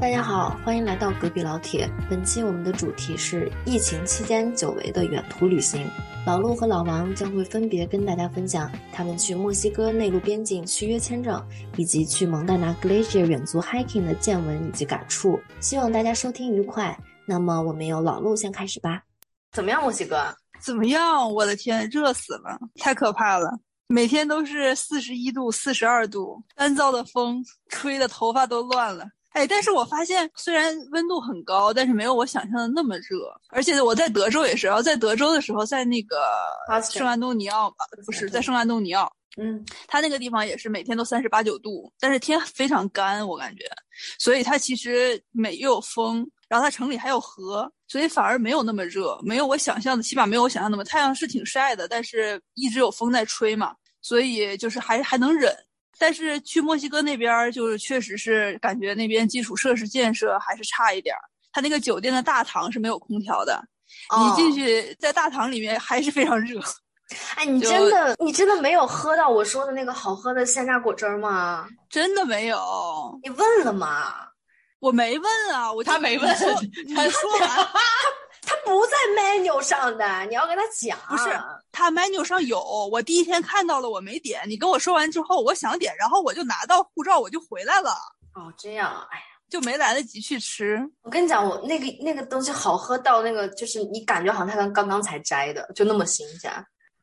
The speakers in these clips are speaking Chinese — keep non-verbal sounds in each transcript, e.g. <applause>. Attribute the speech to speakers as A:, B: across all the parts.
A: 大家好，欢迎来到隔壁老铁。本期我们的主题是疫情期间久违的远途旅行。老陆和老王将会分别跟大家分享他们去墨西哥内陆边境续约签证，以及去蒙大拿 Glacier 远足 hiking 的见闻以及感触。希望大家收听愉快。那么我们由老陆先开始吧。怎么样，墨西哥？
B: 怎么样？我的天，热死了，太可怕了！每天都是四十一度、四十二度，干燥的风吹的头发都乱了。哎，但是我发现虽然温度很高，但是没有我想象的那么热。而且我在德州也是，然后在德州的时候，在那个
A: Austin
B: 圣安东尼奥，呃不是在圣安东尼奥，
A: 嗯，
B: 它那个地方也是每天都三十八九度，但是天非常干，我感觉，所以它其实每又有风，然后它城里还有河，所以反而没有那么热，没有我想象的，起码没有我想象那么太阳是挺晒的，但是一直有风在吹嘛，所以就是还还能忍。但是去墨西哥那边儿，就是确实是感觉那边基础设施建设还是差一点儿，它那个酒店的大堂是没有空调的，
A: 哦
B: 你进，去在大堂里面还是非常热。
A: 哎，你
B: 就
A: 真的，你真的没有喝到我说的那个好喝的鲜榨果汁儿吗？
B: 真的没有，
A: 你问了吗？
B: 我没问啊，我就
C: 他没问
B: 你
C: <laughs>
B: 说你
C: 他
B: 说完，
A: 它不在 menu 上的，你要跟他讲。
B: 不是他 menu 上有，我第一天看到了，我没点。你跟我说完之后，我想点，然后我就拿到护照，我就回来了，
A: 哦，这样，哎呀，
B: 就没来得及去吃。
A: 我跟你讲，我那个那个东西好喝到那个，就是你感觉好像它刚刚刚才摘的，就那么新鲜。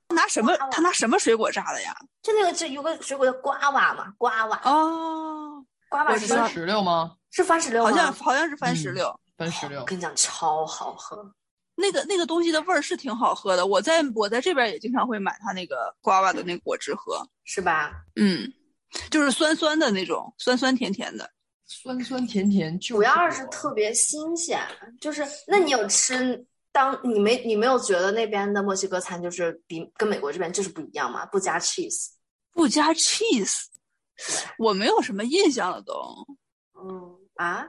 B: 拿什么？他拿什么水果榨的呀？
A: 就那个就有个水果叫瓜娃嘛，瓜娃，
B: 哦，
A: 瓜娃
B: 我
A: 是
B: 知道
C: 番
A: 番
C: 石榴吗？
A: 是番石榴
B: 好
A: 吗
B: 像好像是番石
C: 嗯
B: 榴。
C: 番石榴
A: 我，跟你讲，超好喝。
B: 那个那个东西的味儿是挺好喝的，我在我在这边也经常会买它那个瓜娃的那个果汁喝，
A: 是吧？
B: 嗯，就是酸酸的那种，酸酸甜甜的。
C: 酸酸甜甜就
A: 主要
C: 我
A: 是特别新鲜，就是那你有吃当你没你没有觉得那边的墨西哥餐就是比跟美国这边就是不一样吗？不加 cheese，
B: 不加 cheese，
A: 对
B: 我没有什么印象了都，
A: 嗯啊，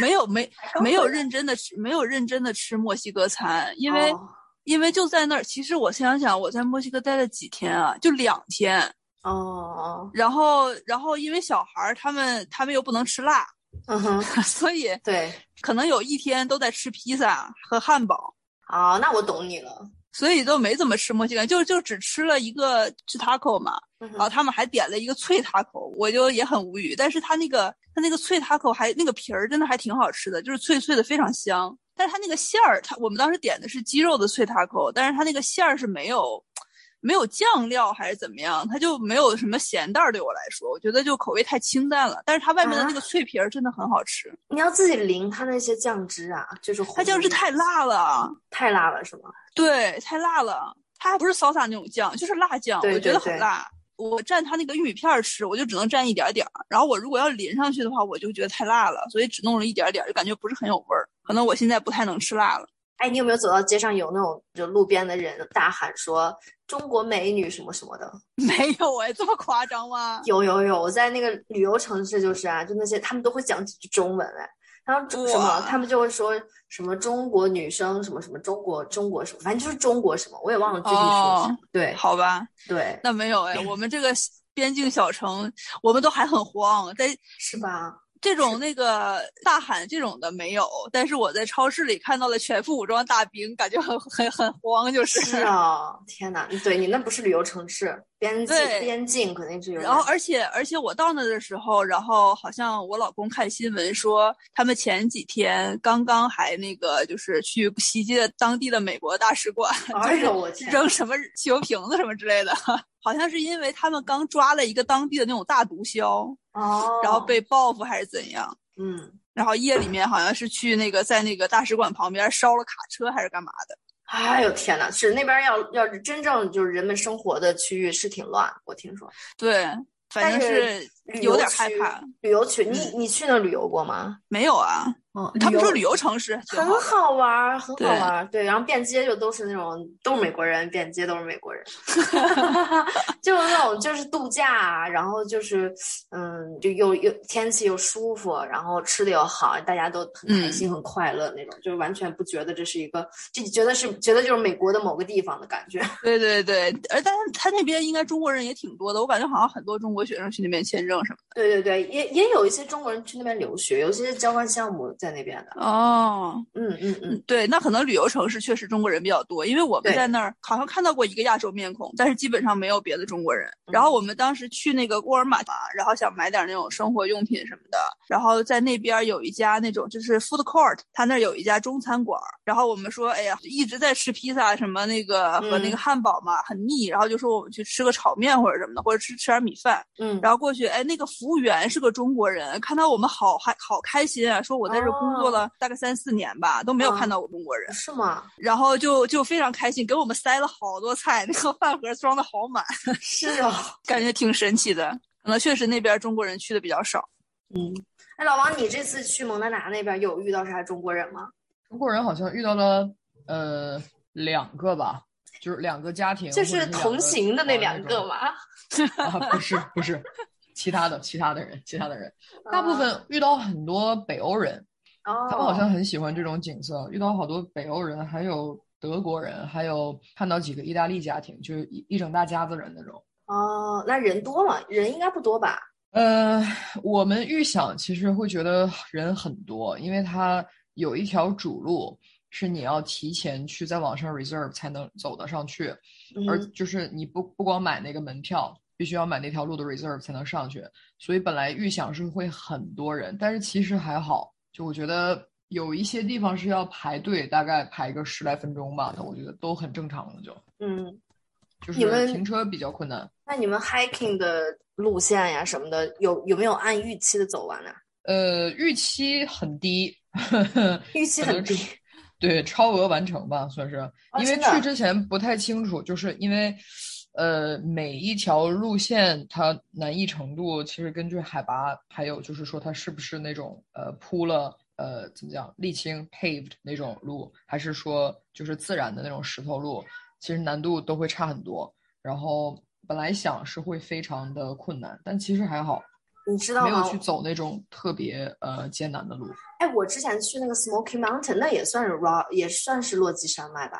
B: 没有没没有认真的吃，没有认真的吃墨西哥餐，因为、
A: 哦
B: 因为就在那儿，其实我想想，我在墨西哥待了几天啊，就两天，
A: 哦哦，
B: 然后然后因为小孩儿他们他们又不能吃辣， <laughs>
A: 嗯哼。
B: 所以
A: 对，
B: 可能有一天都在吃披萨和汉堡。
A: 哦，那我懂你了。
B: 所以都没怎么吃墨西哥，就就只吃了一个吃 taco 嘛，
A: 嗯
B: 然后他们还点了一个脆 taco，我就也很无语。但是他那个他那个脆 taco 还那个皮儿真的还挺好吃的，就是脆脆的，非常香。但是它那个馅儿，它我们当时点的是鸡肉的脆 taco，但是它那个馅儿是没有没有酱料还是怎么样，它就没有什么咸淡儿。对我来说，我觉得就口味太清淡了。但是它外面的那个脆皮儿真的很好吃，
A: 你要自己淋它那些酱汁啊，就是
B: 它酱汁
A: 红
B: 太辣了。
A: 太辣了，是吗？
B: 对，太辣了，它还不是骚萨那种酱，就是辣酱，
A: 对
B: 我觉
A: 对
B: 得很
A: 对
B: 辣。我蘸它那个玉米片儿吃，我就只能蘸一点儿点儿。然后我如果要淋上去的话，我就觉得太辣了，所以只弄了一点儿点儿，就感觉不是很有味儿。可能我现在不太能吃辣了。 <laughs>
A: 哎，你有没有走到街上有那种就路边的人大喊说“中国美女”什么什么的？
B: 没有哎，这么夸张吗？
A: 有有有，我在那个旅游城市就是啊，就那些他们都会讲几句中文哎，然后中什么
B: 哇
A: 他们就会说什么中国女生什么什么中国中国什么，反正就是中国什么，我也忘了具体说啥
B: 哦。
A: 对
B: 好吧，
A: 对，
B: 那没有哎，我们这个边境小城，我们都还很慌，在
A: 是吧？
B: 这种那个大喊这种的没有，但是我在超市里看到了全副武装大兵，感觉很很很慌，就是。 <laughs>
A: 是啊，天哪！对你那不是旅游城市，边境
B: 对
A: 边境肯定是有点。
B: 然后，而且而且我到那的时候，然后好像我老公看新闻说，他们前几天刚刚还那个就是去袭击了当地的美国大使馆，
A: 哎呦我天！
B: 扔什么汽油瓶子什么之类的， <laughs> 好像是因为他们刚抓了一个当地的那种大毒枭，
A: 哦，
B: 然后被报复还是怎样。
A: 嗯，
B: 然后夜里面好像是去那个在那个大使馆旁边烧了卡车还是干嘛的，
A: 哎呦天呐，是那边要要是真正就是人们生活的区域是挺乱，我听说
B: 对，反
A: 但
B: 正
A: 是
B: 是
A: 旅游
B: 有点害
A: 区
B: 怕。嗯
A: 旅游区，你你去那儿旅游过吗？
B: 没有啊，
A: 嗯，
B: 他们说
A: 旅
B: 旅游城市挺
A: 很
B: 好的，
A: 好玩儿，很好
B: 对
A: 玩儿。对，然后遍街就都是那种都是美国人，遍街都是美国
B: <laughs>
A: 人，就是那种就是度假，啊然后就是嗯，就又又天气又舒服，然后吃的又好，大家都很开
B: 嗯
A: 心、很快乐那种，就是完全不觉得这是一个，就觉得是觉得就是美国的某个地方的感觉。
B: 对对对，而但是他那边应该中国人也挺多的，我感觉好像很多中国学生去那边签证什么
A: 对对对，也也有一些中国人去那边留学，有一些交换项目在那边的。
B: 的。哦，
A: 嗯嗯嗯，
B: 嗯，对，那可能旅游城市确实中国人比较多，因为我们
A: 对
B: 在那儿好像看到过一个亚洲面孔，但是基本上没有别的中国人。然后我们当时去那个沃尔玛嘛，然后想买点那种生活用品什么的，然后在那边有一家那种就是 food court，他那儿有一家中餐馆儿，然后我们说，哎呀，一直在吃披萨什么那个和那
A: 嗯
B: 个汉堡嘛，很腻，然后就说我们去吃个炒面或者什么的，或者吃吃点米饭。
A: 嗯，
B: 然后过去，哎，那个服务员是个中国人，看到我们好嗨，好开心啊！说我在这工作了大概三四年吧，都没有
A: 哦嗯
B: 看到我中国人，
A: 是吗？
B: 然后就就非常开心，给我们塞了好多菜， <laughs> 那个饭盒装的好满，
A: 是啊。
B: 感觉挺神奇的。可能确实那边中国人去的比较少，
A: 嗯， <laughs> 哎，老王，你这次去蒙大拿那边有遇到啥中国人吗？
C: 中国人好像遇到了呃两个吧，就是两个家庭，
A: 就
C: 或
A: 是
C: 者
A: 同行的那两
C: 两个
A: 个 <laughs>
C: 啊
A: 嘛，
C: 那种？啊，不是不是，其他的其他的人，其他的人，大部分遇到很多北欧人，
A: 啊哦，
C: 他们好像很喜欢这种景色，遇到好多北欧人，还有德国人，还有看到几个意大利家庭，就是一一整大家子人那种。
A: 哦，那人多吗？人应该不多吧？
C: 呃，我们预想其实会觉得人很多，因为它有一条主路是你要提前去在网上 reserve 才能走得上去，而
A: 嗯，
C: 就是你不不光买那个门票，必须要买那条路的 reserve 才能上去，所以本来预想是会很多人，但是其实还好，就我觉得有一些地方是要排队，大概排个十来分钟吧，我觉得都很正常了就，
A: 嗯，
C: 就
A: 你们
C: 是停车比较困难。
A: 那你们 hiking 的路线呀什么的，有有没有按预期的走完呢？
C: 呃，预期很低， <laughs>
A: 预期
C: 可
A: 很
C: 能
A: 低
C: 是对，超额完成吧，算是。因为
A: 真的
C: 去之前不太清楚，就是因为，呃，每一条路线它难易程度其实根据海拔，还有就是说它是不是那种呃铺了呃怎么讲沥青 paved 那种路，还是说就是自然的那种石头路，其实难度都会差很多。然后本来想是会非常的困难，但其实还好，
A: 你知道
C: 没有
A: 吗
C: 去？走那种特别呃艰难的路。
A: 哎，我之前去那个 Smoky Mountain，那也算是 raw，也算是落基山脉吧？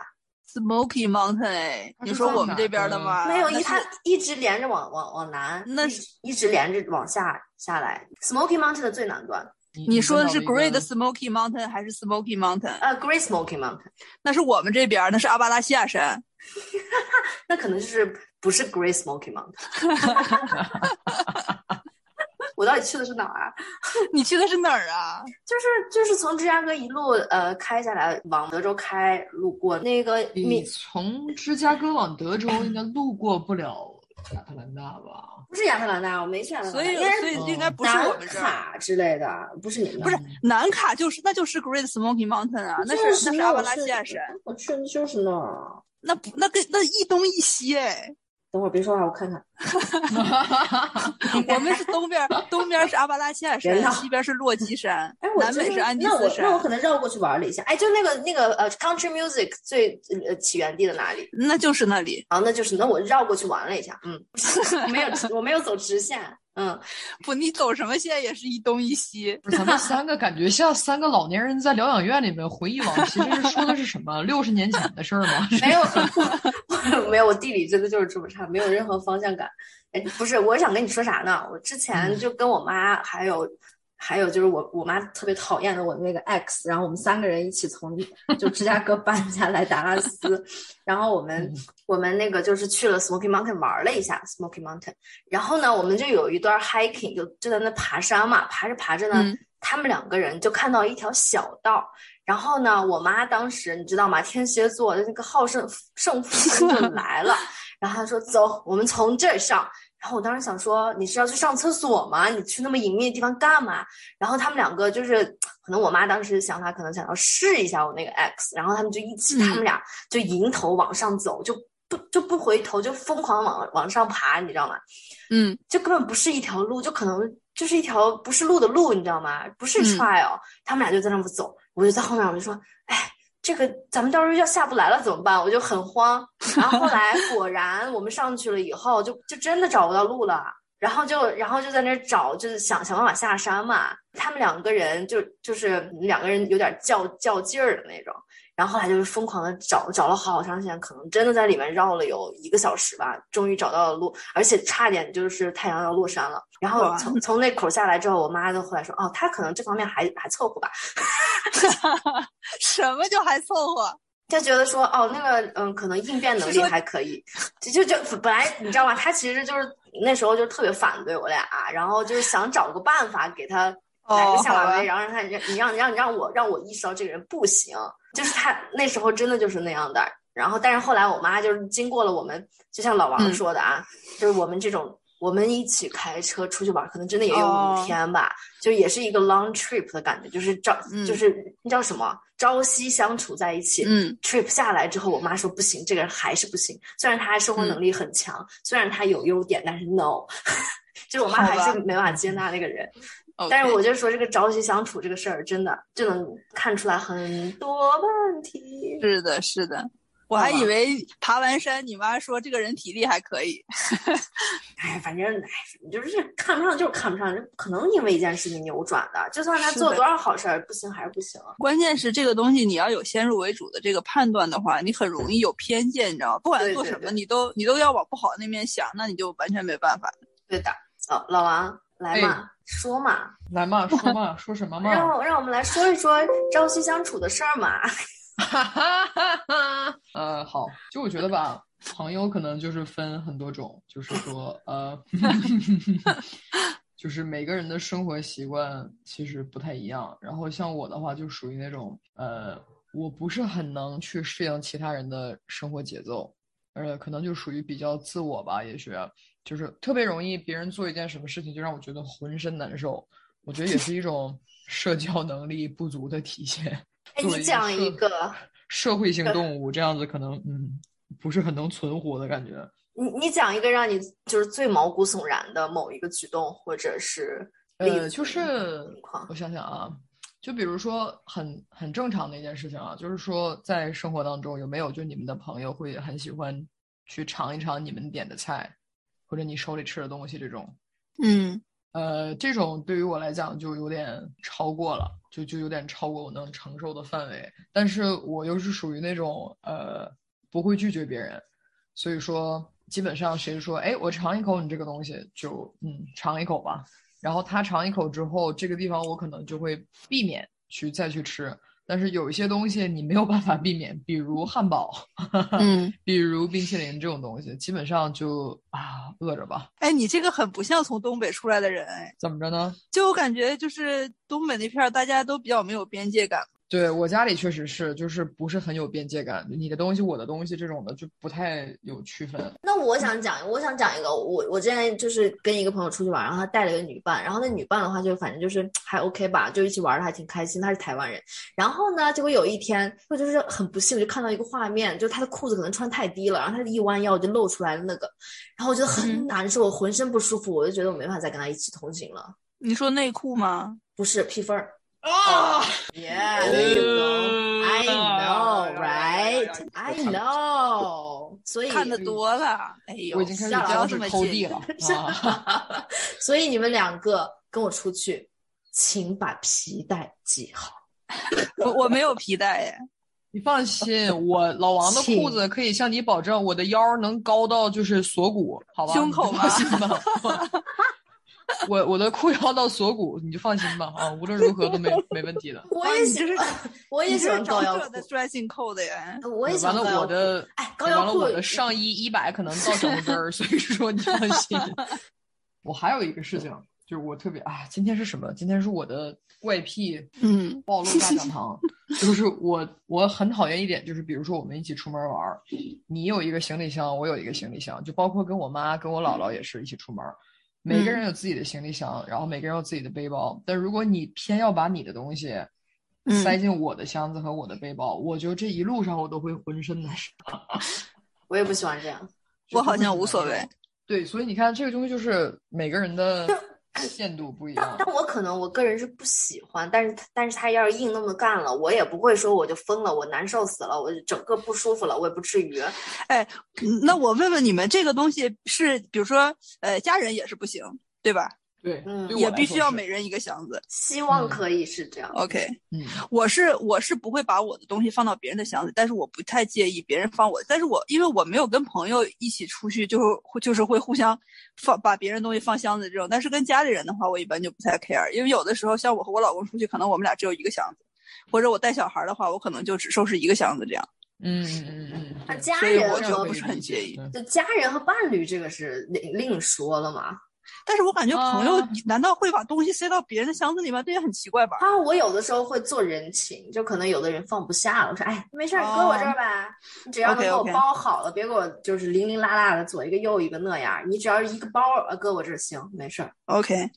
B: Smoky Mountain，哎，
A: 啊
C: 它
B: 你
C: 是
B: 说
C: 在
B: 我
C: 哪
B: 们
C: 儿
B: 这边的
C: 呢
B: 吗？
A: 嗯没有，
B: 啊那
A: 一
B: 是
A: 它一直连着往往往南，
B: 那
A: 一
B: 是
A: 直一直连着往下下来。Smoky Mountain 的最南端，
C: 你
B: 你说的是 Great
C: 问到了一个
B: Smoky Mountain 还是 Smoky Mountain？
A: 呃，Great Smoky Mountain，
B: 那是我们这边儿，那是阿巴拉西亚山。 <laughs>
A: 那可能就是不是 Great Smoky
B: <laughs>
A: Mountain。我到底去的是哪儿啊？
B: 你去的是哪儿啊？
A: 就是就是从芝加哥一路呃开下来，往德州开，路过那个
C: 你
A: 米
C: 从芝加哥往德州应该路过不了亚特兰大吧？
A: 不是亚特兰大，我没去亚特兰大，
B: 所以
A: 呃应该
B: 所以
A: 是嗯
B: 应该不是我
A: 南
B: 们这儿。
A: 卡之类的，不是你们
B: 不是南卡就是那就是 Great Smoky Mountain 啊，那
A: 嗯就是
B: 那是
A: 那
B: 阿
A: 我
B: 巴拉
A: 去
B: 西亚山，
A: 我去的就是那儿。
B: 那不那跟那一东一西哎，
A: <laughs> 等会儿别说话，我看看。
B: 我们是东边儿，东边儿是阿巴拉西亚
A: 别闹
B: 山，西边儿是落基山
A: 哎，，我
B: 南
A: 真
B: 北是安第
A: 那
B: 斯
A: 我那我
B: 山，
A: 可能绕过去玩了一下。哎，就那个那个呃，country music 最呃起源地的哪里？
B: 那就是那里。
A: 啊，那就是那我绕过去玩了一下，嗯， <laughs> 我没有我没有走直线，嗯，
B: 不，你走什么线也是一东一西。
C: 不是，咱们三个感觉像三个老年人在疗养院里面回忆往昔，这是说的是什么？六十年前的事儿吗？
A: 没有没有，我 <laughs> 地理真的就是这么差，没有任何方向感。哎，不是，我想跟你说啥呢？我之前
C: 嗯
A: 就跟我妈还有。还有就是我我妈特别讨厌的我那个 ex，然后我们三个人一起从就芝加哥搬家来达拉斯，然后我们
C: 嗯
A: 我们那个就是去了 Smoky Mountain 玩了一下 Smoky Mountain，然后呢，我们就有一段 hiking，就就在那爬山嘛，爬着爬着呢，
B: 嗯
A: 他们两个人就看到一条小道，然后呢，我妈当时你知道吗？天蝎座的那个好胜胜负心就来了，然后她说：“走，我们从这儿上。”然后我当时想说：“你是要去上厕所吗？你去那么隐秘的地方干嘛？”然后他们两个就是，可能我妈当时想法可能想要试一下我那个 X，然后他们就一起，
B: 嗯
A: 他们俩就迎头往上走，就不就不回头，就疯狂往往上爬，你知道吗？
B: 嗯，
A: 就根本不是一条路，就可能就是一条不是路的路，你知道吗？不是
B: 嗯
A: trail，、他们俩就在那么走，我就在后面，我就说，哎，这个咱们到时候要下不来了怎么办？我就很慌。然后后来果然我们上去了以后，就就真的找不到路了。然后就，然后就在那儿找，就是想想办法下山嘛。他们两个人就就是两个人有点较较劲儿的那种。然后后来就是疯狂的找，找了好长时间，可能真的在里面绕了有一个小时吧，终于找到了路，而且差点就是太阳要落山了。然后
B: 哇
A: 从从那口下来之后，我妈就后来说，哦，她可能这方面还还凑合吧，
B: 什么就还凑合？
A: 就觉得说，哦，那个嗯，可能应变能
B: 是
A: 力
B: 说
A: 还可以，就就就本来你知道吗？她其实就是那时候就特别反对我俩，啊然后就是想找个办法给她来
B: 哦
A: 个，下
B: 好
A: 马
B: 吧
A: 威，然后让他让你让让让我让我意识到这个人不行，就是他那时候真的就是那样的。然后，但是后来我妈就是经过了我们，就像老王
B: 嗯
A: 说的啊，就是我们这种我们一起开车出去玩，可能真的也有
B: 哦
A: 五天吧，就也是一个 long trip 的感觉，就是朝、
B: 嗯
A: 就是那叫什么朝夕相处在一起。
B: 嗯
A: trip 下来之后，我妈说不行，这个人还是不行。虽然他
B: 嗯
A: 生活能力很强，虽然他有优点，但是 no，就是 <laughs> 我妈
B: 好
A: 还
B: 吧嗯
A: 是没办法接纳那个人。
B: ，OK，
A: 但是我就说这个朝夕相处这个事儿，真的就能看出来很多问题。
B: 是的，是的。我还
A: 好吧
B: 以为爬完山，你妈说这个人体力还可以，
A: 哎，反正哎，你就是看不上就是看不上，这不可能因为一件事情扭转的。就算他
B: 是
A: 做
B: 的
A: 多少好事儿，不行还是不行。
B: 关键是这个东西你要有先入为主的这个判断的话，你很容易有偏见，你知道吗？不管
A: 对
B: 做
A: 对
B: 什么，
A: 对
B: 你都你都要往不好的那面想，那你就完全没办法。
A: 对的，哦老老王来嘛，
C: 哎
A: 说嘛，
C: 来嘛，说嘛，说什
A: <laughs>
C: 么嘛？
A: 让我让我们来说一说朝夕相处的事儿嘛。
C: 哈哈哈哈，呃，好，就我觉得吧，朋友可能就是分很多种，就是说，呃， <laughs> 就是每个人的生活习惯其实不太一样。然后像我的话，就属于那种，呃，我不是很能去适应其他人的生活节奏，呃，可能就属于比较自我吧，也许啊就是特别容易别人做一件什么事情就让我觉得浑身难受。我觉得也是一种社交能力不足的体现。
A: 哎，
C: 作
A: 你
C: 为
A: 讲
C: 社
A: 一个，
C: 社会性动物，这样子可能嗯不是很能存活的感觉。
A: 你你讲一个让你就是最毛骨悚然的某一个举动，或者是例子
C: 呃，就是
A: 情况
C: 我想想啊，就比如说很很正常的一件事情啊，就是说在生活当中有没有就你们的朋友会很喜欢去尝一尝你们点的菜，或者你手里吃的东西这种。
B: 嗯，
C: 呃，这种对于我来讲就有点超过了，就就有点超过我能承受的范围。但是我又是属于那种呃不会拒绝别人，所以说基本上谁说哎我尝一口你这个东西就嗯尝一口吧，然后他尝一口之后，这个地方我可能就会避免去再去吃。但是有一些东西你没有办法避免，比如汉堡，
B: 嗯，
C: <laughs> 比如冰淇淋这种东西，基本上就啊饿着吧，
B: 哎，你这个很不像从东北出来的人，哎，
C: 怎么着呢？
B: 就我感觉就是东北那片儿大家都比较没有边界感。
C: 对，我家里确实是，就是不是很有边界感，你的东西我的东西这种的就不太有区
B: 哎
C: 分。
A: 那我想讲，我想讲一个，我我之前就是跟一个朋友出去玩，然后他带了个女伴，然后那女伴的话就反正就是还 OK 吧，就一起玩的还挺开心。她是台湾人，然后呢，结果有一天我就是很不幸，我就看到一个画面，就她的裤子可能穿太低了，然后她一弯腰就露出来了那个，然后我觉得很
B: 嗯
A: 难受，我浑身不舒服，我就觉得我没办法再跟她一起同行了。
B: 你说内裤吗？哦
A: 不是披风儿
C: 啊，
A: ，Yeah, there you go. I
C: 哎
A: know,
C: 呀呀呀呀
A: right? I know. 所以
B: 看的多了，哎呦，
C: 我已经开始
A: 下了
C: 脚趾
B: 这么
C: 抠
B: 介
C: 地
B: 意
C: 了啊！ <laughs>
A: 所以你们两个跟我出去，请把皮带系好。
B: 我我没有皮带哎耶，
C: 你放心，我老王的裤子可以向你保证，我的腰能高到就是锁骨，好吧？
B: 胸口
C: 你
B: 吗
C: 放心吧。 <laughs> 我我的裤腰到锁骨，你就放心吧啊！无论如何都没没问题的。
A: 我
B: 啊
A: 也
B: 你
A: 喜
B: 这是，
A: 我也
B: 你
A: 喜
B: 这
A: 欢
B: 是
A: 高
B: 找
A: 腰
B: 这的
A: 裤，
B: 拽性扣的呀。
A: 我也喜
C: 完
A: 欢高
C: 了
A: 腰
C: 我
A: 裤。
C: 的，
A: 哎，高
C: 完
A: 腰
C: 了
A: 裤，
C: 我的上衣一百可能到脚后跟 <laughs> 儿，所以说你放心。 <laughs> 我还有一个事情，就是我特别啊，今天是什么？今天是我的怪癖
B: 嗯
C: 暴露大讲 <laughs> 堂，就是我我很讨厌一点，就是比如说我们一起出门玩儿，你有一个行李箱，我有一个行李箱，就包括跟我妈跟我姥姥也是一起出门儿，每个人有自己的行李箱，然后每个人有自己的背包，但如果你偏要把你的东西
B: 嗯
C: 塞进我的箱子和我的背包，我就这一路上我都会浑身难受。
A: 我也不喜欢这样。
B: 我好像无所谓。
C: 对，所以你看，这个东西就是每个人的 <clears throat> 限度不一
A: 但
C: 样。
A: 但我可能我个人是不喜欢，但是但是他要是硬那么干了，我也不会说我就疯了，我难受死了，我就整个不舒服了，我也不至于。
B: 嗯那我问问你们，这个东西是，比如说，呃，家人也是不行，对吧？
C: 对，
A: 嗯
C: 对我
B: 也
C: 来
B: 必
C: 说
B: 须要
C: 是
B: 每人一个箱子。
A: 希望
C: 嗯
A: 可以是这样。
B: OK，
C: 嗯
B: 我是我是不会把我的东西放到别人的箱子，但是我不太介意别人放我的，但是我因为我没有跟朋友一起出去，就是会就是会互相放把别人东西放箱子这种，但是跟家里人的话，我一般就不太 care，因为有的时候像我和我老公出去，可能我们俩只有一个箱子，或者我带小孩的话，我可能就只收拾一个箱子这样。
C: 嗯嗯嗯嗯
A: 那
C: 对，
A: 家
B: 所以
A: 人
B: 我就
A: 和
B: 不是很介意
C: 对
A: 就家人和伴侣这个是另另说了嘛？
B: 但是我感觉朋友
C: 啊
B: 难道会把东西塞到别人的箱子里吗？这也很奇怪吧？
A: 啊，我有的时候会做人情，就可能有的人放不下，我说哎，没事儿，你搁我这
C: 哦
A: 儿吧，你只要能给我
B: OK，OK
A: 包好了，别给我就是零零落落的左一个右一个那样，你只要一个包呃搁我这儿行，没事儿。
B: OK，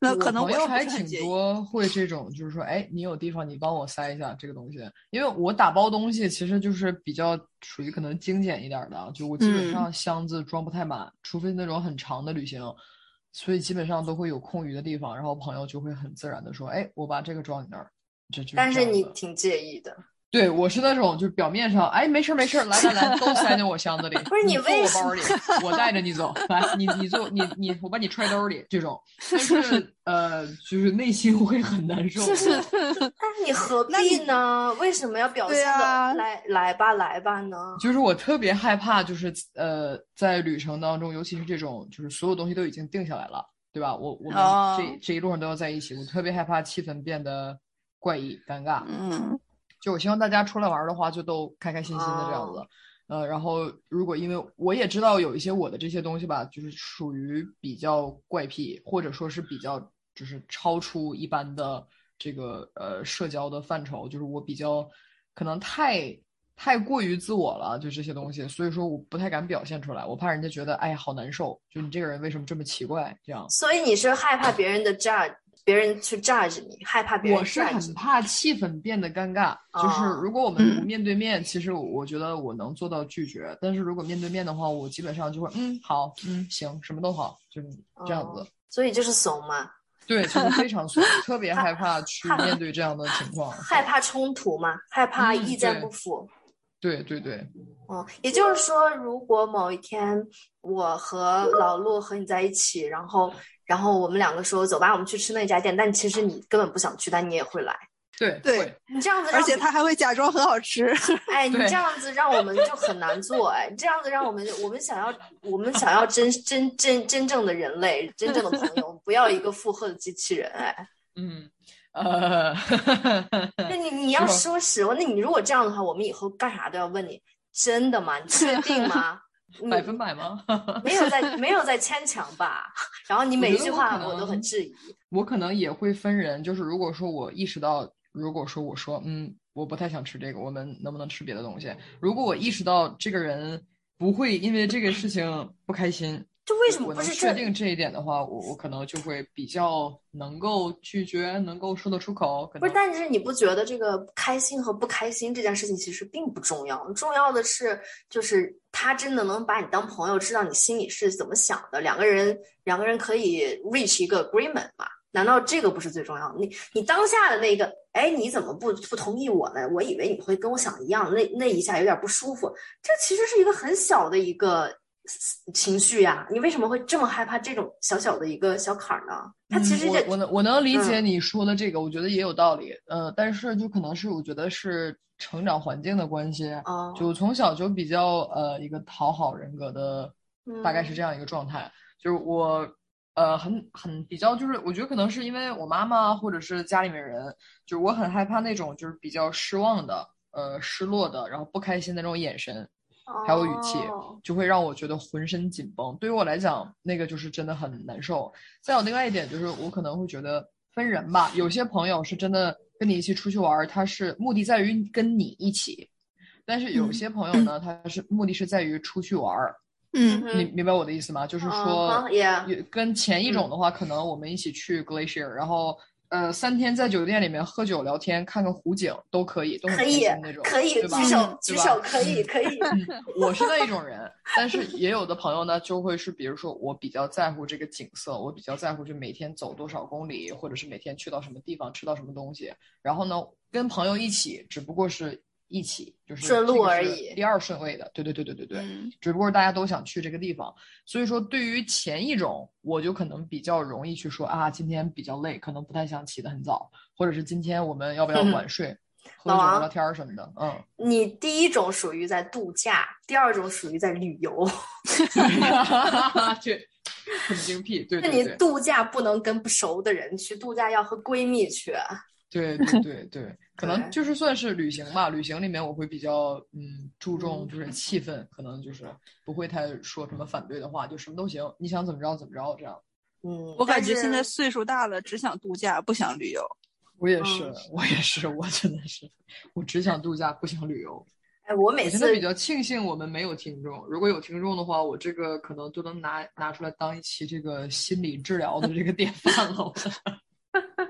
B: 那可能
C: 我朋友
B: 我是不
C: 还
B: 是很
C: 挺
B: 介意。
C: 多会这种，就是说，哎，你有地方你帮我塞一下这个东西，因为我打包东西其实就是比较属于可能精简一点儿的啊，就我基本
B: 嗯
C: 上箱子装不太满，除非那种很长的旅行，所以基本上都会有空余的地方，然后朋友就会很自然的说，哎，我把这个装你那儿。这就是
A: 但
C: 这
A: 是
C: 样
A: 你
C: 的
A: 挺介意的，
C: 对我是那种，就表面上，哎，没事儿没事儿，来来来，都塞进我箱子里，
A: 不是
C: 你
A: 你
C: 坐
A: 为
C: 我
A: 什
C: 包里，我带着你走，来，你你坐你你，我把你揣兜里这种，但是呃，就是内心会很难受，
A: 嗯但是你何
B: 那你
A: 必呢？为什么要表
B: 对
A: 现的、
B: 啊
A: 来来吧来吧呢？
C: 就是我特别害怕，就是呃，在旅程当中，尤其是这种，就是所有东西都已经定下来了，对吧？我我们这、
B: 哦
C: 这一路上都要在一起，我特别害怕气氛变得怪异尴尬，
B: 嗯，
C: 就我希望大家出来玩儿的话，就都开开心心的这样子。呃，然后如果因为我也知道有一些我的这些东西吧，就是属于比较怪癖，或者说是比较就是超出一般的这个呃社交的范畴，就是我比较可能太太过于自我了，就这些东西，所以说我不太敢表现出来，我怕人家觉得哎好难受，就你这个人为什么这么奇怪这样。
A: 所以你是害怕别人的 judge，别人去 judge 你，害怕别人
C: 我是
A: judge
C: 很
A: 你。
C: 怕气氛变得尴尬，就是
A: 哦
C: 如果我们不
B: 嗯
C: 面对面，其实我我觉得我能做到拒绝，但是如果面对面的话，我基本上就会嗯好，嗯行，什么都好，就是
A: 哦
C: 这样子。
A: 所以就是怂嘛，
C: 对，就是非常怂，特别害怕去面对这样的情况。
A: 害怕冲突嘛，害怕
C: 嗯
A: 意见
C: 对
A: 不符。
C: 对对对，
A: 嗯，也就是说，如果某一天我和老陆和你在一起，然后然后我们两个说走吧，我们去吃那家店，但其实你根本不想去，但你也会来。
C: 对
B: 对
C: 会
A: 你这样子让，
B: 而且他还会假装很好吃。 <laughs> 嗯
C: <laughs>
A: 哎，你
C: 对
A: 这样子让我们就很难做，哎，你这样子让我们我们想要我们想要真真真真正的人类，真正的朋友，不要一个附和的机器人，哎。
C: <laughs> 嗯呃，
A: 那你你要
C: 是
A: 说实话，那你如果这样的话，我们以后干啥都要问你，真的吗？你确定
C: <laughs>
A: 吗？你
C: 百分百吗？
A: <laughs> 没有在没有在牵强吧？ <laughs> 然后你每一句话我都很质疑。
C: 我可能也会分人，就是如果说我意识到，如果说我说嗯，我不太想吃这个，我们能不能吃别的东西？如果我意识到这个人不会因为这个事情不开心，
A: 就为什么
C: 我
A: 不
C: 能
A: 是
C: 确
A: 这？
C: 定这一点的话，我我可能就会比较能够拒绝，能够说得出口。可
A: 不
C: 能
A: 是，但是你不觉得这个开心和不开心这件事情其实并不重要，重要的是就是他真的能把你当朋友，知道你心里是怎么想的，两个人两个人可以 reach 一个 agreement 嘛？难道这个不是最重要的？你你当下的那个，哎，你怎么不不同意我呢？我以为你会跟我想的一样，那那一下有点不舒服，这其实是一个很小的一个情绪呀、你为什么会这么害怕这种小小的一个小坎儿呢？它其实
C: 嗯、
A: 这、
C: 我我能我能理解
A: 嗯
C: 你说的这个，我觉得也有道理。呃，但是就可能是我觉得是成长环境的关系，
A: 哦，
C: 就从小就比较呃一个讨好人格的，
A: 嗯
C: 大概是这样一个状态。就是我呃很很比较就是我觉得可能是因为我妈妈或者是家里面人，就是我很害怕那种就是比较失望的。呃，失落的，然后不开心的那种眼神，还有语气
A: 哦
C: 就会让我觉得浑身紧绷。对于我来讲，那个就是真的很难受。再有另外一点就是，我可能会觉得分人吧，有些朋友是真的跟你一起出去玩儿，他是目的在于跟你一起；但是有
B: 嗯
C: 些朋友呢，他是目的是在于出去玩儿。
B: 嗯
C: 你明白我的意思吗？就是
A: 嗯
C: 说
A: 哼，也
C: 有跟前一种的话，可能我们一起去 glacier，然后呃三天在酒店里面喝酒聊天，看看湖景都可以，都很
A: 可
C: 开
A: 以
C: 心那种，，
A: 可以，
C: 对吧
A: 举手，
C: 对
A: 举
C: 吧
A: 手，可以，可以。
C: 嗯，我是那一种人，但是也有的朋友呢，就会是，比如说我比较在乎这个景色，我比较在乎就每天走多少公里，或者是每天去到什么地方吃到什么东西。然后呢，跟朋友一起，只不过是一起，就是
A: 顺路
C: 这个是
A: 而已
C: 第二顺位的，对对对对对对，
B: 嗯
C: 只不过是大家都想去这个地方。所以说，对于前一种，我就可能比较容易去说啊，今天比较累，可能不太想起得很早，或者是今天我们要不要晚睡，喝
A: 老
C: 酒聊
A: 王
C: 聊天儿什么的， <laughs> 嗯。
A: 你第一种属于在度假，第二种属于在旅游。
C: 这很精辟，对
A: 那
C: 对
A: 你
C: 对
A: 度假不能跟不熟的人去，度假要和闺蜜去。啊
C: 对对对 <laughs> 对，可能
A: 对
C: 就是算是旅行吧。旅行里面我会比较嗯注重
A: 嗯
C: 就是气氛，可能就是不会太说什么反对的话，就什么都行，你想怎么着怎么着这样。
A: 嗯，
B: 我感觉
A: 但是
B: 现在岁数大了，只想度假，不想旅游。
C: 我也
A: 是
C: 是，我也是，我真的是，我只想度假，不想旅游。
A: 哎，我每
C: 我现
A: 次
C: 在比较庆幸我们没有听众，如果有听众的话，我这个可能都能拿拿出来当一期这个心理治疗的这个典范了。 <laughs>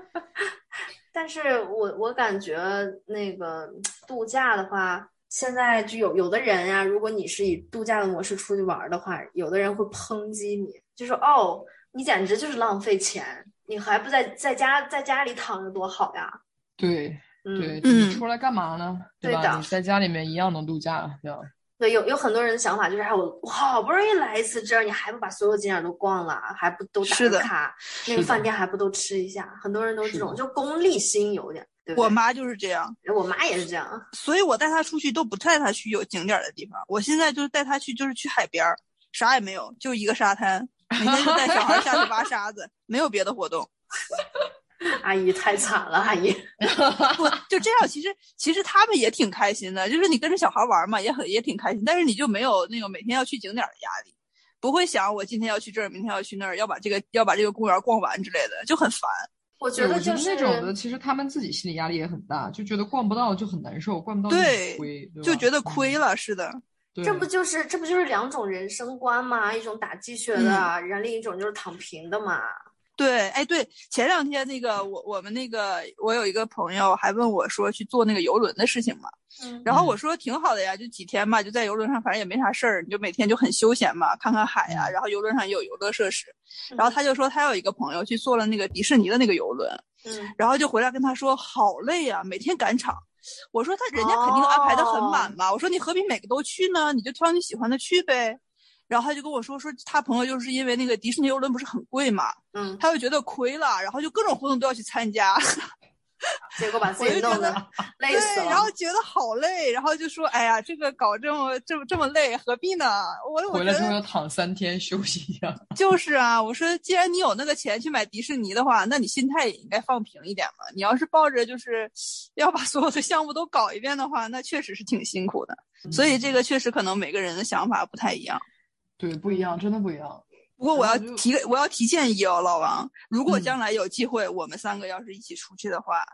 A: 但是我我感觉那个度假的话，现在就有有的人呀、如果你是以度假的模式出去玩儿的话，有的人会抨击你，就说哦，你简直就是浪费钱，你还不在在家在家里躺着多好呀。
C: 对，
A: 嗯，
C: 对
B: 嗯
C: 你出来干嘛呢？
A: 对
C: 吧？
A: 的
C: 你在家里面一样能度假，对吧？
A: 对，有有很多人的想法就是，哎，我我好不容易来一次这儿，你还不把所有景点都逛了，还不都打
B: 是
A: 个
B: 的
A: 卡，那
C: 是
A: 个
C: 的
A: 饭店还不都吃一下，很多人都
C: 是
A: 这种，
C: 的
A: 就功利心有点，对不
B: 我
A: 对
B: 妈就是这样，
A: 哎我妈也是这样， <laughs>
B: 所以我带她出去都不带她去有景点儿的地方。我现在就是带她去，就是去海边儿，啥也没有，就一个沙滩，每天就带小孩儿下去挖沙子，没有别的活动。
A: 阿姨太惨了，阿姨。
B: 不就这样？其实其实他们也挺开心的，就是你跟着小孩玩嘛，也很也挺开心，但是你就没有那种每天要去景点儿的压力，不会想我今天要去这儿，明天要去那儿，要把这个要把这个公园逛完之类的，就很烦。
A: 我
C: 对
A: 觉得
C: 我
A: 就
C: 觉
A: 是
C: 得那种的，其实他们自己心理压力也很大，就觉得逛不到就很难受，逛不到就
B: 对
C: 很亏，对
B: 就
C: 吧
B: 觉得亏。了，是的，
C: 嗯、
A: 这
C: 对
A: 不就是这不就是两种人生观吗？一种打鸡血的，然后另一种就是躺平的嘛。
B: 对，哎，对，前两天那个我我们那个我有一个朋友还问我说去做那个游轮的事情嘛，
A: 嗯
B: 然后我说挺好的呀，就几天吧，就在游轮上，反正也没啥事儿，你就每天就很休闲嘛，看看海呀、
C: 嗯
B: 然后游轮上也有游乐设施，
A: 嗯
B: 然后他就说他有一个朋友去坐了那个迪士尼的那个游轮，
A: 嗯，
B: 然后就回来跟他说好累啊，每天赶场。我说他人家肯定安排的很
A: 哦
B: 满吧，我说你何必每个都去呢？你就挑你喜欢的去呗。然后他就跟我说说他朋友就是因为那个迪士尼游轮不是很贵嘛，
A: 嗯，
B: 他就觉得亏了，然后就各种活动都要去参加，
A: 结果把自
B: 我
A: 己
B: 就觉
A: 弄
B: 得
A: 得累
B: 对
A: 死，了。
B: 然后觉得好累，然后就说哎呀，这个搞这么这么这么累，何必呢？我我
C: 回
B: 觉
C: 来之后
B: 得
C: 要躺三天休息一下。
B: 就是啊，我说既然你有那个钱去买迪士尼的话，那你心态也应该放平一点嘛。你要是抱着就是要把所有的项目都搞一遍的话，那确实是挺辛苦的。所以这个确实可能每个人的想法不太一样。
C: 嗯对不一样，真的不一样。
B: 不过我要
C: 然后就
B: 提个，我要提建议哦，老王，如果
C: 嗯
B: 将来有机会，我们三个要是一起出去的话，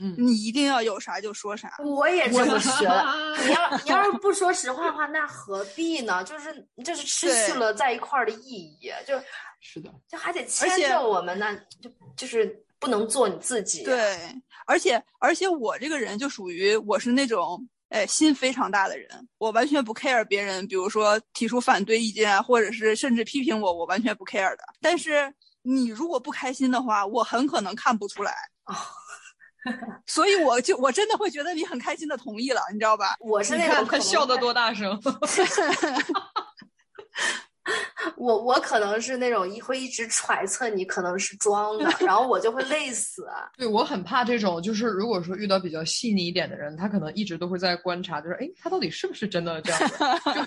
C: 嗯，
B: 你一定要有啥就说啥。
A: 我也这么
C: <laughs>
A: 觉得。你
C: 得。
A: 要你要是不说实话的话，那何必呢？就是就是失去
B: 对
A: 了在一块儿的意义，就是
C: 是的，
A: 就还得
B: 而
A: 牵
B: 且
A: 着我们，那就就是不能做你自己。，
B: 对，而且而且我这个人就属于我是那种哎心非常大的人，我完全不 care 别人，比如说提出反对意见啊，或者是甚至批评我，我完全不 care 的。但是你如果不开心的话，我很可能看不出来
A: 哦。
B: 所以我就我真的会觉得你很开心的同意了，你知道吧？
A: 我是
C: 你
A: 那
C: 看
A: 种可
C: 他
A: 能
C: 笑得
A: 会
C: 多大声。
A: 我我可能是那种一会一直揣测你可能是装的，然后我就会累死。
C: <laughs>
A: 啊
C: 对我很怕这种，就是如果说遇到比较细腻一点的人，他可能一直都会在观察，就是哎，诶他到底是不是真的这样子，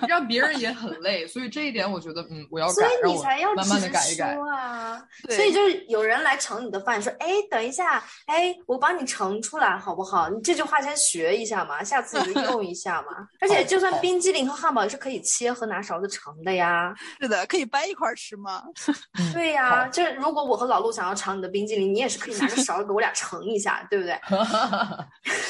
C: 就让别人也很累。所以这一点，我觉得，嗯，我要
A: 所
C: 改，
A: 以
C: 让
A: 你
C: 我
A: 才要
C: 慢
A: 直
C: 慢的改一改。
A: 说啊。
B: 对
A: 所以就是有人来盛你的饭，说：“哎，等一下，哎，我帮你盛出来好不好？”你这句话先学一下嘛，下次你就用一下
C: <laughs>
A: 嘛。而且就算冰激凌和汉堡也是可以切和拿勺子盛的
C: <laughs>
A: 呀。
B: 是的，可以掰一块儿吃吗？
C: 嗯
A: 对呀、
C: 好
A: 就是如果我和老陆想要尝你的冰激凌，你也是可以拿着勺子给我俩盛一下，对不对？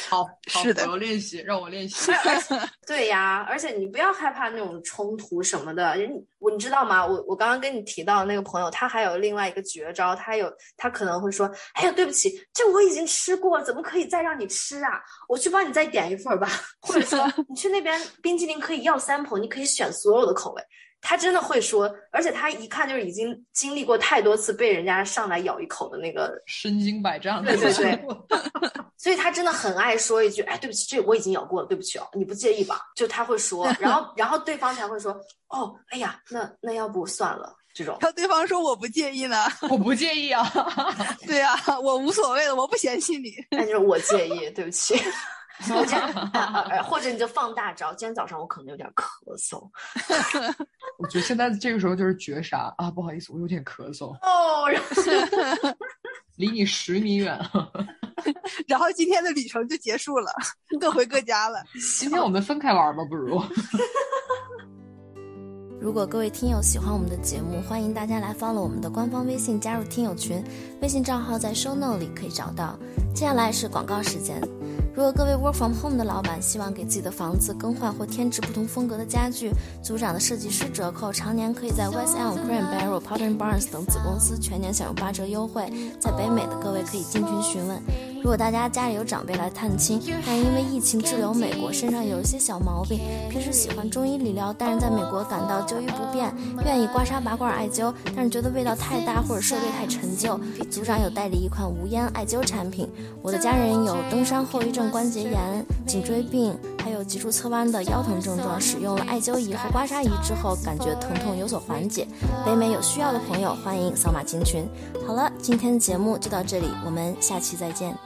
C: 好，好
B: 是的
C: 我要练习，让我练习。 <laughs>
B: <laughs>
D: 对呀，而且你不要害怕那种冲突什么的。人我你知道吗？我我刚刚跟你提到那个朋友，他还有另外一个绝招，他有他可能会说：“哎呀，对不起，这我已经吃过，怎么可以再让你吃啊？我去帮你再点一份儿吧。”或者说你去那边冰激凌可以要 sample，你可以选所有的口味。他真的会说，而且他一看就是已经经历过太多次被人家上来咬一口的那个
C: 身经百战的，
D: 对对对所以他真的很爱说一句：“哎，对不起，这我已经咬过了，对不起哦，你不介意吧？”就他会说，然 <laughs> 后然后对方才会说：“哦，哎呀，那那要不算了。”这种
B: 然后对方说我不介意呢， <laughs>
C: 我不介意啊。 <laughs>
B: 对呀、我无所谓的，我不嫌弃你。
D: 那就是我介意，对不起。 <laughs> 我 <laughs> 今天、啊啊啊或者你就放大招，今天早上我可能有点咳嗽
C: 我觉得现在这个时候就是绝杀啊！不好意思，我有点咳嗽，
D: 哦，然后
C: 离你十米远。 <laughs>
B: 然后今天的旅程就结束了， <laughs> 各回各家了。
C: 今天我们分开玩吧，不如。
D: 如果各位听友喜欢我们的节目，欢迎大家来 follow 我们的官方微信，加入听友群，微信账号在 show note 里可以找到。接下来是广告时间。如果各位 work from home 的老板希望给自己的房子更换或添置不同风格的家具，组长的设计师折扣常年可以在 West Elm、Crane Barrel、Potter Barnes 等子公司全年享有八折优惠。在北美的各位可以进群询问。如果大家家里有长辈来探亲，但因为疫情滞留美国，身上有一些小毛病，平时喜欢中医理疗，但是在美国感到就医不便，愿意刮痧拔罐艾灸，但是觉得味道太大或者设备太陈旧，组长有代理一款无烟艾灸产品。我的家人有登山后遗症、关节炎、颈椎病，还有脊柱侧弯的腰疼症状，使用了艾灸仪和刮痧仪之后，感觉疼痛有所缓解。北美有需要的朋友，欢迎扫码进群。好了，今天的节目就到这里，我们下期再见。